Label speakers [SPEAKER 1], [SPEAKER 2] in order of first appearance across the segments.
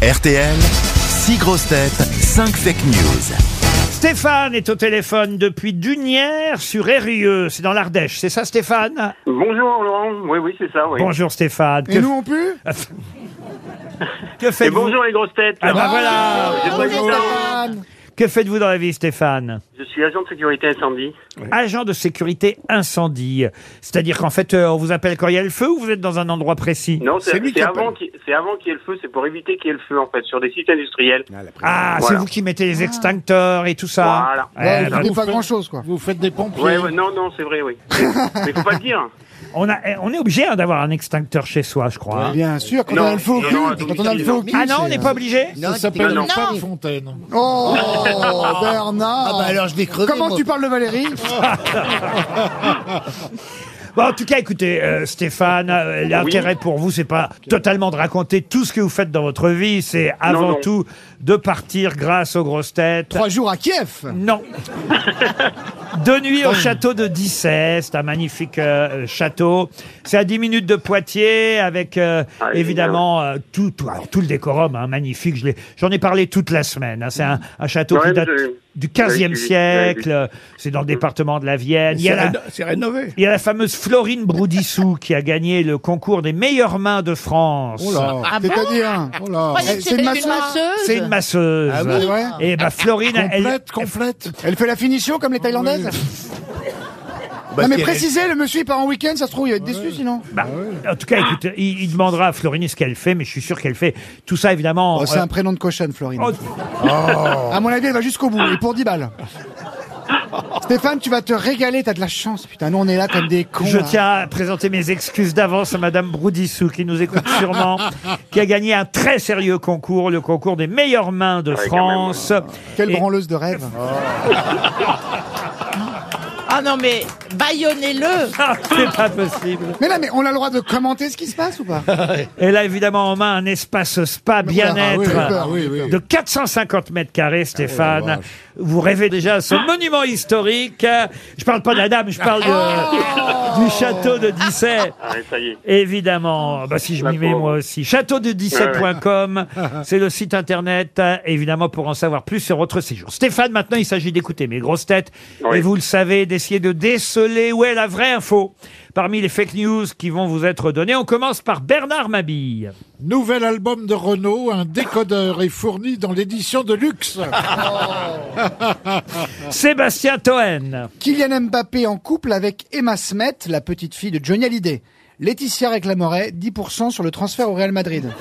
[SPEAKER 1] RTL, 6 grosses têtes, 5 fake news.
[SPEAKER 2] Stéphane est au téléphone depuis Dunière sur Eyrieux, c'est dans l'Ardèche, c'est ça Stéphane
[SPEAKER 3] Bonjour Laurent, oui oui c'est ça, oui.
[SPEAKER 2] Bonjour Stéphane. Que,
[SPEAKER 4] non plus
[SPEAKER 2] que
[SPEAKER 3] Et
[SPEAKER 2] faites-vous
[SPEAKER 3] bonjour les grosses têtes.
[SPEAKER 2] Ah bah voilà
[SPEAKER 3] J'ai pas dit ça.
[SPEAKER 2] Que faites-vous dans la vie Stéphane
[SPEAKER 3] Je suis agent de sécurité incendie.
[SPEAKER 2] Agent de sécurité incendie. C'est-à-dire qu'en fait euh, on vous appelle quand il y a le feu ou vous êtes dans un endroit précis
[SPEAKER 3] Non, c'est
[SPEAKER 4] C'est lui qui
[SPEAKER 3] c'est avant qu'il c'est avant qu'il y ait le feu, c'est pour éviter qu'il y ait le feu en fait sur des sites industriels.
[SPEAKER 2] Ah,
[SPEAKER 3] Voilà.
[SPEAKER 2] c'est vous qui mettez les extincteurs et tout ça.
[SPEAKER 3] Voilà.
[SPEAKER 2] Eh ben,
[SPEAKER 4] Il fait pas grand chose, quoi.
[SPEAKER 5] Vous faites des pompiers.
[SPEAKER 3] Ouais, ouais, non non, c'est vrai oui. Mais faut pas le dire.
[SPEAKER 2] on, a, eh, on est obligé hein, d'avoir un extincteur chez soi, je crois. hein.
[SPEAKER 4] Bien sûr, quand
[SPEAKER 3] Non,
[SPEAKER 4] on a le faux
[SPEAKER 3] non,
[SPEAKER 4] cul,
[SPEAKER 3] non, à
[SPEAKER 4] quand on a le
[SPEAKER 3] domicile,
[SPEAKER 4] faux
[SPEAKER 3] non.
[SPEAKER 4] cul,
[SPEAKER 2] Ah non, on
[SPEAKER 4] c'est-
[SPEAKER 2] n'est pas obligé
[SPEAKER 5] Ça s'appelle
[SPEAKER 3] Non,
[SPEAKER 5] une
[SPEAKER 3] non.
[SPEAKER 5] femme fontaine.
[SPEAKER 4] Oh, Bernard
[SPEAKER 5] Ah bah alors je vais crever.
[SPEAKER 4] Comment
[SPEAKER 5] moi.
[SPEAKER 4] tu parles de Valérie
[SPEAKER 2] Bon, en tout cas, écoutez, euh, Stéphane, euh, l'intérêt pour vous, c'est pas totalement de raconter tout ce que vous faites dans votre vie, c'est avant
[SPEAKER 3] non.
[SPEAKER 2] tout de partir grâce aux grosses têtes.
[SPEAKER 4] Trois jours à Kiev
[SPEAKER 2] Non. De nuit au château de Dissay, c'est un magnifique euh, château. C'est à 10 minutes de Poitiers, avec euh,
[SPEAKER 3] Ah, génial.
[SPEAKER 2] évidemment euh, tout, tout, alors, tout le décorum, hein, magnifique. Je l'ai- J'en ai parlé toute la semaine. hein. C'est un, un château
[SPEAKER 3] Ouais,
[SPEAKER 2] qui date
[SPEAKER 3] j'ai-
[SPEAKER 2] du
[SPEAKER 3] j'avais
[SPEAKER 2] 15e
[SPEAKER 3] vu,
[SPEAKER 2] siècle. euh, C'est dans le département de la Vienne. Il y a la-
[SPEAKER 5] rénové.
[SPEAKER 2] il y a la fameuse Florine Broudissou qui a gagné le concours des meilleures mains de France.
[SPEAKER 4] Oh là
[SPEAKER 6] Ah
[SPEAKER 4] C'est-à-dire
[SPEAKER 5] Oh là.
[SPEAKER 6] Croyez
[SPEAKER 4] Eh,
[SPEAKER 6] que
[SPEAKER 4] c'est une
[SPEAKER 6] c'était
[SPEAKER 4] masseuse
[SPEAKER 2] C'est une masseuse.
[SPEAKER 4] Ah oui, c'est vrai
[SPEAKER 2] Et bah Florine, elle-
[SPEAKER 5] Complète, complète.
[SPEAKER 4] Elle fait la finition comme les Thaïlandaises Non mais précisez, le monsieur il part en week-end, ça se trouve, il va être déçu sinon.
[SPEAKER 2] Bah, En tout cas, écoute, il, il demandera à Florine ce qu'elle fait, mais je suis sûr qu'elle fait tout ça, évidemment.
[SPEAKER 4] Oh, c'est
[SPEAKER 2] euh,
[SPEAKER 4] un hein. prénom de cochonne, Florine.
[SPEAKER 2] oh,
[SPEAKER 4] À mon avis, elle va jusqu'au bout, et pour 10 balles. Stéphane, tu vas te régaler, t'as de la chance, putain. Nous, on est là comme des cons.
[SPEAKER 2] je
[SPEAKER 4] là.
[SPEAKER 2] tiens à présenter mes excuses d'avance à Madame Broudissou, qui nous écoute sûrement, qui a gagné un très sérieux concours, le concours des meilleures mains de
[SPEAKER 3] Ouais, quand même, hein.
[SPEAKER 2] France.
[SPEAKER 4] Quelle
[SPEAKER 2] Et-
[SPEAKER 4] branleuse de rêve.
[SPEAKER 6] Ah non, mais baillonnez-le
[SPEAKER 2] Ah, c'est pas possible.
[SPEAKER 4] Mais là, mais on a le droit de commenter ce qui se passe ou pas
[SPEAKER 2] Elle a évidemment en main un espace spa
[SPEAKER 4] Ah oui, j'ai
[SPEAKER 2] bien-être.
[SPEAKER 4] peur.
[SPEAKER 5] Oui, oui.
[SPEAKER 2] de 450 mètres carrés, Stéphane. Vous rêvez déjà à ce monument historique. Je parle pas de la dame, je parle de- du château de Dissay.
[SPEAKER 3] Ah, ça y est.
[SPEAKER 2] Évidemment, bah si je m'y
[SPEAKER 3] La
[SPEAKER 2] mets
[SPEAKER 3] pauvre.
[SPEAKER 2] moi aussi. Château de c'est le site internet, euh, évidemment, pour en savoir plus sur votre séjour. Stéphane, maintenant, il s'agit d'écouter mes grosses têtes.
[SPEAKER 3] Oui.
[SPEAKER 2] Et vous le savez, d'essayer de déceler où est la vraie info parmi les fake news qui vont vous être données. On commence par Bernard Mabille.
[SPEAKER 5] Nouvel album de Renault, un décodeur est fourni dans l'édition de luxe.
[SPEAKER 2] Sébastien Toen.
[SPEAKER 4] Kylian Mbappé en couple avec Emma Smet, la petite fille de Johnny Hallyday. Laetitia réclamerait 10% sur le transfert au Real Madrid.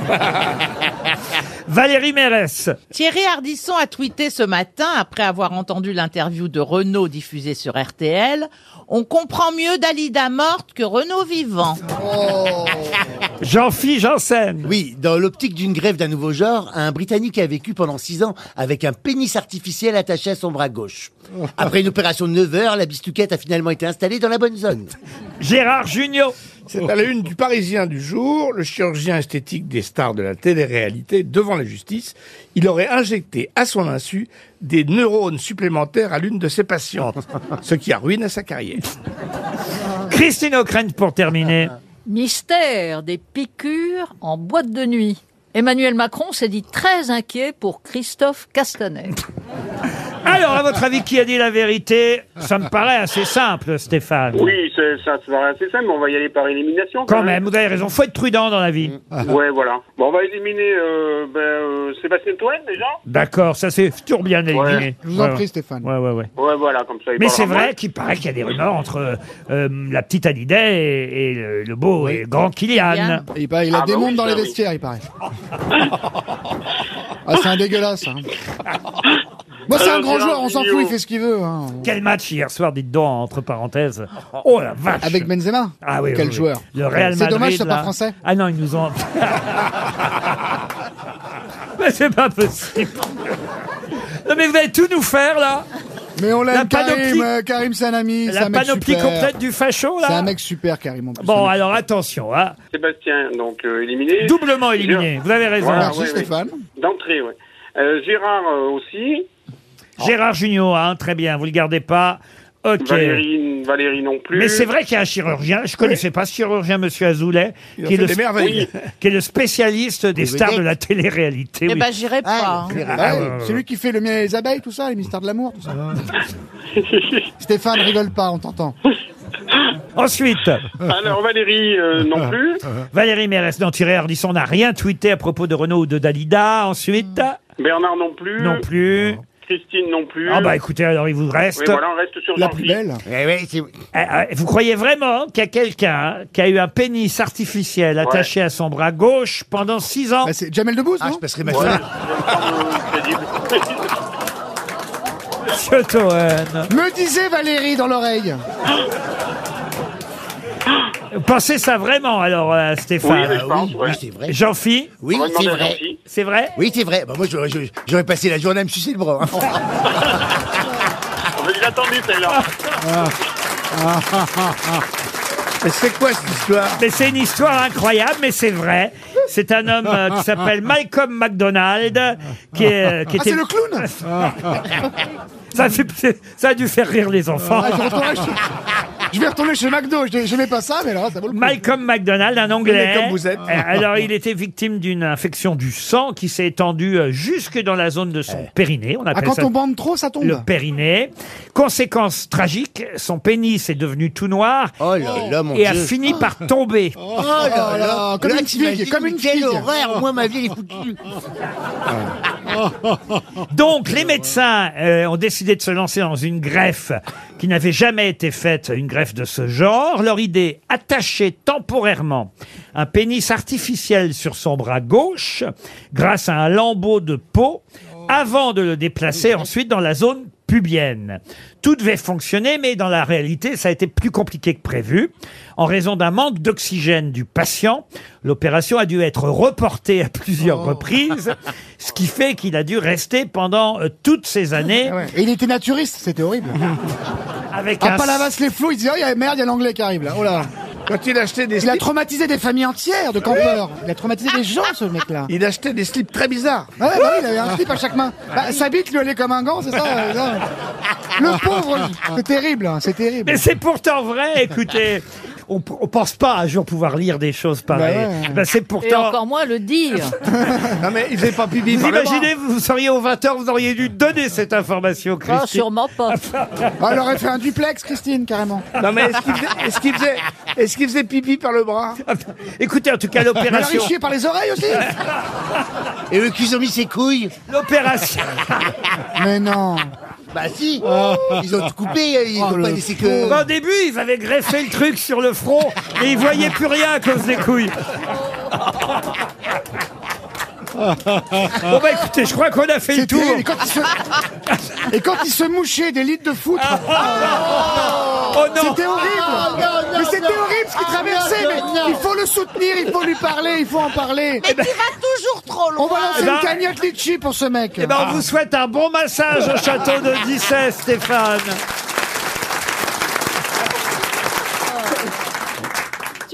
[SPEAKER 2] Valérie Mérès.
[SPEAKER 6] Thierry Ardisson a tweeté ce matin, après avoir entendu l'interview de Renaud diffusée sur RTL, « On comprend mieux Dalida morte que Renaud vivant
[SPEAKER 2] Jean-Philippe Janssen.
[SPEAKER 7] Oui, dans l'optique d'une grève d'un nouveau genre, un Britannique a vécu pendant six ans avec un pénis artificiel attaché à son bras gauche. Après une opération de 9 heures, la bistouquette a finalement été installée dans la bonne zone.
[SPEAKER 2] Gérard Junior.
[SPEAKER 8] C'est à la une du Parisien du jour, le chirurgien esthétique des stars de la télé-réalité devant la justice. Il aurait injecté, à son insu, des neurones supplémentaires à l'une de ses patientes, ce qui a ruiné sa carrière.
[SPEAKER 2] Christine O'Krent pour terminer.
[SPEAKER 9] Mystère des piqûres en boîte de nuit. Emmanuel Macron s'est dit très inquiet pour Christophe Castaner.
[SPEAKER 2] Alors, à votre avis, qui a dit la vérité Ça me paraît assez simple, Stéphane.
[SPEAKER 3] Oui, c'est- ça ça va assez simple, mais on va y aller par élimination
[SPEAKER 2] Quand même, vous avez raison, faut être prudent dans la vie.
[SPEAKER 3] Ouais, voilà. Bon, on va éliminer euh, ben, euh, Sébastien Toen déjà
[SPEAKER 2] D'accord, ça c'est toujours bien éliminé.
[SPEAKER 4] Je vous en
[SPEAKER 2] Ouais,
[SPEAKER 4] prie, Stéphane.
[SPEAKER 2] Ouais, ouais, ouais.
[SPEAKER 3] Ouais, voilà, comme ça il
[SPEAKER 2] Mais
[SPEAKER 3] parlera
[SPEAKER 2] c'est
[SPEAKER 3] moins.
[SPEAKER 2] vrai qu'il paraît qu'il y a des rumeurs entre euh, euh, la petite Hallyday et, et le, le beau et grand Kylian.
[SPEAKER 6] Kylian.
[SPEAKER 4] Et bah, il a
[SPEAKER 3] Ah
[SPEAKER 4] des
[SPEAKER 3] bah
[SPEAKER 4] mondes
[SPEAKER 3] oui,
[SPEAKER 4] dans les
[SPEAKER 3] ça, oui.
[SPEAKER 4] vestiaires, il paraît. ah, c'est un dégueulasse. hein. Moi, c'est un
[SPEAKER 3] Alors,
[SPEAKER 4] grand
[SPEAKER 3] Gérard
[SPEAKER 4] joueur, on s'en
[SPEAKER 3] Jugnot.
[SPEAKER 4] fout, il fait ce qu'il veut. hein.
[SPEAKER 2] Quel match hier soir, dites donc, entre parenthèses. Oh la vache
[SPEAKER 4] Avec Benzema
[SPEAKER 2] Ah oui,
[SPEAKER 4] Quel
[SPEAKER 2] oui, oui.
[SPEAKER 4] joueur
[SPEAKER 2] Le Real
[SPEAKER 4] C'est
[SPEAKER 2] Madrid.
[SPEAKER 4] dommage, c'est
[SPEAKER 2] là.
[SPEAKER 4] pas français.
[SPEAKER 2] Ah non, ils nous ont. mais c'est pas possible. Non mais vous allez tout nous faire là.
[SPEAKER 4] Mais on
[SPEAKER 2] La
[SPEAKER 4] l'aime,
[SPEAKER 2] panoplie-
[SPEAKER 4] Karim. euh, Karim, c'est un ami. c'est
[SPEAKER 2] La
[SPEAKER 4] un mec
[SPEAKER 2] panoplie
[SPEAKER 4] super.
[SPEAKER 2] complète du facho là.
[SPEAKER 4] C'est un mec super, Karim. en plus.
[SPEAKER 2] Bon
[SPEAKER 4] Un mec-
[SPEAKER 2] alors attention, hein.
[SPEAKER 3] Sébastien, donc euh, éliminé.
[SPEAKER 2] doublement éliminé. Vous avez raison.
[SPEAKER 3] Voilà. Ah,
[SPEAKER 4] Merci,
[SPEAKER 3] oui, oui.
[SPEAKER 4] Stéphane.
[SPEAKER 3] D'entrée, ouais. Euh, Gérard euh, aussi.
[SPEAKER 2] Gérard Junior, hein, très bien, vous le gardez pas. Ok.
[SPEAKER 3] Valérie, Valérie non plus.
[SPEAKER 2] Mais c'est vrai qu'il y a un chirurgien, je connaissais pas ce chirurgien, monsieur Azoulay,
[SPEAKER 8] Il a
[SPEAKER 2] qui est,
[SPEAKER 8] fait
[SPEAKER 2] le,
[SPEAKER 8] des merveilles.
[SPEAKER 2] qui est le spécialiste des stars de la télé-réalité.
[SPEAKER 6] Eh
[SPEAKER 2] oui.
[SPEAKER 6] ben, j'irai pas.
[SPEAKER 4] Ah
[SPEAKER 6] hein.
[SPEAKER 4] ouais,
[SPEAKER 2] ouais, ouais,
[SPEAKER 4] c'est lui qui fait le miel et les abeilles, tout ça, les mystères de l'amour, tout ça.
[SPEAKER 7] Ah,
[SPEAKER 4] Stéphane, rigole pas, on t'entend.
[SPEAKER 2] Ensuite,
[SPEAKER 3] Alors Valérie euh, non plus.
[SPEAKER 2] Valérie Mérès d'Antiré Ardisson n'a rien tweeté à propos de Renault ou de Dalida. Ensuite,
[SPEAKER 3] Bernard non plus.
[SPEAKER 2] non plus.
[SPEAKER 3] Christine Mm. non plus.
[SPEAKER 2] Ah bah écoutez, alors il vous reste.
[SPEAKER 3] Oui, voilà, on reste sur
[SPEAKER 4] La plus
[SPEAKER 3] Jean-Philippe.
[SPEAKER 4] belle.
[SPEAKER 7] Eh ouais, c'est-
[SPEAKER 2] Euh, euh, Vous croyez vraiment qu'il y a quelqu'un qui a eu un pénis artificiel attaché à son bras gauche pendant six ans
[SPEAKER 4] Bah, c'est Jamel Debbouze,
[SPEAKER 7] Ah, je
[SPEAKER 4] non
[SPEAKER 7] passerai ma
[SPEAKER 2] Monsieur Toen
[SPEAKER 4] Me disait Valérie dans l'oreille. Ah,
[SPEAKER 2] Vous Pensez ça vraiment alors, euh,
[SPEAKER 3] Oui, mais
[SPEAKER 2] Stéphane
[SPEAKER 3] je
[SPEAKER 7] Ah
[SPEAKER 3] pense,
[SPEAKER 7] oui,
[SPEAKER 3] ouais.
[SPEAKER 7] oui, c'est vrai.
[SPEAKER 2] Jean-Phi,
[SPEAKER 7] Oui,
[SPEAKER 3] On va
[SPEAKER 7] c'est
[SPEAKER 3] demander à
[SPEAKER 7] vrai.
[SPEAKER 3] Jean-Phi.
[SPEAKER 2] c'est vrai
[SPEAKER 7] Oui, c'est vrai. Bah, moi, j'aurais je- j'aurais passé la journée à me sucer le bras. hein.
[SPEAKER 3] Ah, mais Je l'attendais celle-là.
[SPEAKER 8] Mais c'est quoi cette histoire
[SPEAKER 2] Mais c'est une histoire incroyable, mais c'est vrai. C'est un homme euh, qui s'appelle Malcolm McDonald, qui, est, euh, qui
[SPEAKER 4] Ah,
[SPEAKER 2] était...
[SPEAKER 4] c'est le clown
[SPEAKER 2] ça, a fait- ça a dû faire rire les enfants.
[SPEAKER 4] Ah, je, retournerai chez- je vais retourner chez McDo, je j'aimais pas ça, mais là, ça vaut le coup.
[SPEAKER 2] Malcolm McDonald, un Anglais.
[SPEAKER 8] Il est comme vous êtes.
[SPEAKER 2] Euh, Alors, il était victime d'une infection du sang qui s'est étendue euh, jusque dans la zone de son périnée. On
[SPEAKER 4] Ah,
[SPEAKER 2] appelle
[SPEAKER 4] quand
[SPEAKER 2] ça
[SPEAKER 4] on bande trop, ça tombe.
[SPEAKER 2] le périnée. Conséquence tragique, son pénis est devenu tout noir
[SPEAKER 7] Oh là là, mon
[SPEAKER 2] et a
[SPEAKER 7] Dieu.
[SPEAKER 2] fini par tomber.
[SPEAKER 7] Oh là là.
[SPEAKER 4] Ah, comme
[SPEAKER 7] Là,
[SPEAKER 4] une
[SPEAKER 7] t'imagines
[SPEAKER 4] figue, comme une
[SPEAKER 7] quelle
[SPEAKER 4] figue.
[SPEAKER 7] horreur. Moi, ma vie est foutue.
[SPEAKER 2] Donc, les médecins euh, ont décidé de se lancer dans une greffe qui n'avait jamais été faite, une greffe de ce genre. Leur idée, attacher temporairement un pénis artificiel sur son bras gauche grâce à un lambeau de peau avant de le déplacer ensuite dans la zone pubienne. Tout devait fonctionner, mais dans la réalité, ça a été plus compliqué que prévu. En raison d'un manque d'oxygène du patient, l'opération a dû être reportée à
[SPEAKER 4] Oh.
[SPEAKER 2] plusieurs reprises, ce qui fait qu'il a dû rester pendant euh, toutes ces années
[SPEAKER 4] Ah ouais. Et il était naturiste, c'était horrible.
[SPEAKER 2] avec
[SPEAKER 4] À
[SPEAKER 2] un...
[SPEAKER 4] Palavas les flots, il disait, oh, y a- merde, il y a l'anglais qui arrive là. Oh là.
[SPEAKER 8] Quand il achetait des
[SPEAKER 4] Il a
[SPEAKER 8] slips,
[SPEAKER 4] traumatisé des familles entières de campeurs. Il a traumatisé des gens, ce mec-là.
[SPEAKER 8] il achetait des slips très bizarres.
[SPEAKER 4] Ah ouais, bah oui, il avait un slip à chaque main. Bah, sa bite lui allait comme un gant, c'est ça, euh, ça. Le pauvre, c'est terrible, hein, c'est terrible.
[SPEAKER 2] Mais c'est pourtant vrai, écoutez on, p- on pense pas un jour pouvoir lire des choses pareilles.
[SPEAKER 4] Bah ouais.
[SPEAKER 2] Ben, c'est
[SPEAKER 9] Et
[SPEAKER 2] pourtant...
[SPEAKER 9] encore moins le dire.
[SPEAKER 8] Non mais il faisait pas pipi
[SPEAKER 2] Vous
[SPEAKER 8] par le bras.
[SPEAKER 2] imaginez, vous seriez aux 20h, vous auriez dû donner cette information,
[SPEAKER 9] Ah,
[SPEAKER 2] Christine.
[SPEAKER 9] sûrement pas.
[SPEAKER 4] Ah, elle aurait fait un duplex, Christine, carrément.
[SPEAKER 8] Non mais est-ce qu'il faisait, est-ce qu'il faisait, est-ce qu'il faisait pipi par le bras
[SPEAKER 2] Écoutez, en tout cas,
[SPEAKER 4] Elle aurait
[SPEAKER 2] l'opération...
[SPEAKER 4] chié par les oreilles aussi.
[SPEAKER 7] Et eux qu'ils ont mis ses couilles.
[SPEAKER 2] L'opération...
[SPEAKER 4] Mais non.
[SPEAKER 7] Bah si. Ils ont tout coupé. Ils ont pas laissé que.
[SPEAKER 2] Au début, ils avaient greffé le truc sur le front et ils voyaient plus rien à cause des couilles. Bon bah écoutez, je crois qu'on a fait le
[SPEAKER 4] C'est
[SPEAKER 2] tour.
[SPEAKER 4] terrible. Et quand, il se... Et quand il se mouchait des litres de foutre,
[SPEAKER 2] Oh Ah, non Ah,
[SPEAKER 4] c'était horrible. mais c'était horrible ce qu'il traversait. mais il faut le soutenir, il faut lui parler, il faut en parler.
[SPEAKER 6] Mais tu vas toujours trop
[SPEAKER 4] On va
[SPEAKER 6] loin.
[SPEAKER 4] lancer
[SPEAKER 2] Eh ben-
[SPEAKER 4] une cagnotte litchi pour ce mec.
[SPEAKER 2] Eh ben, on vous souhaite un bon massage au château de Dissay, Stéphane.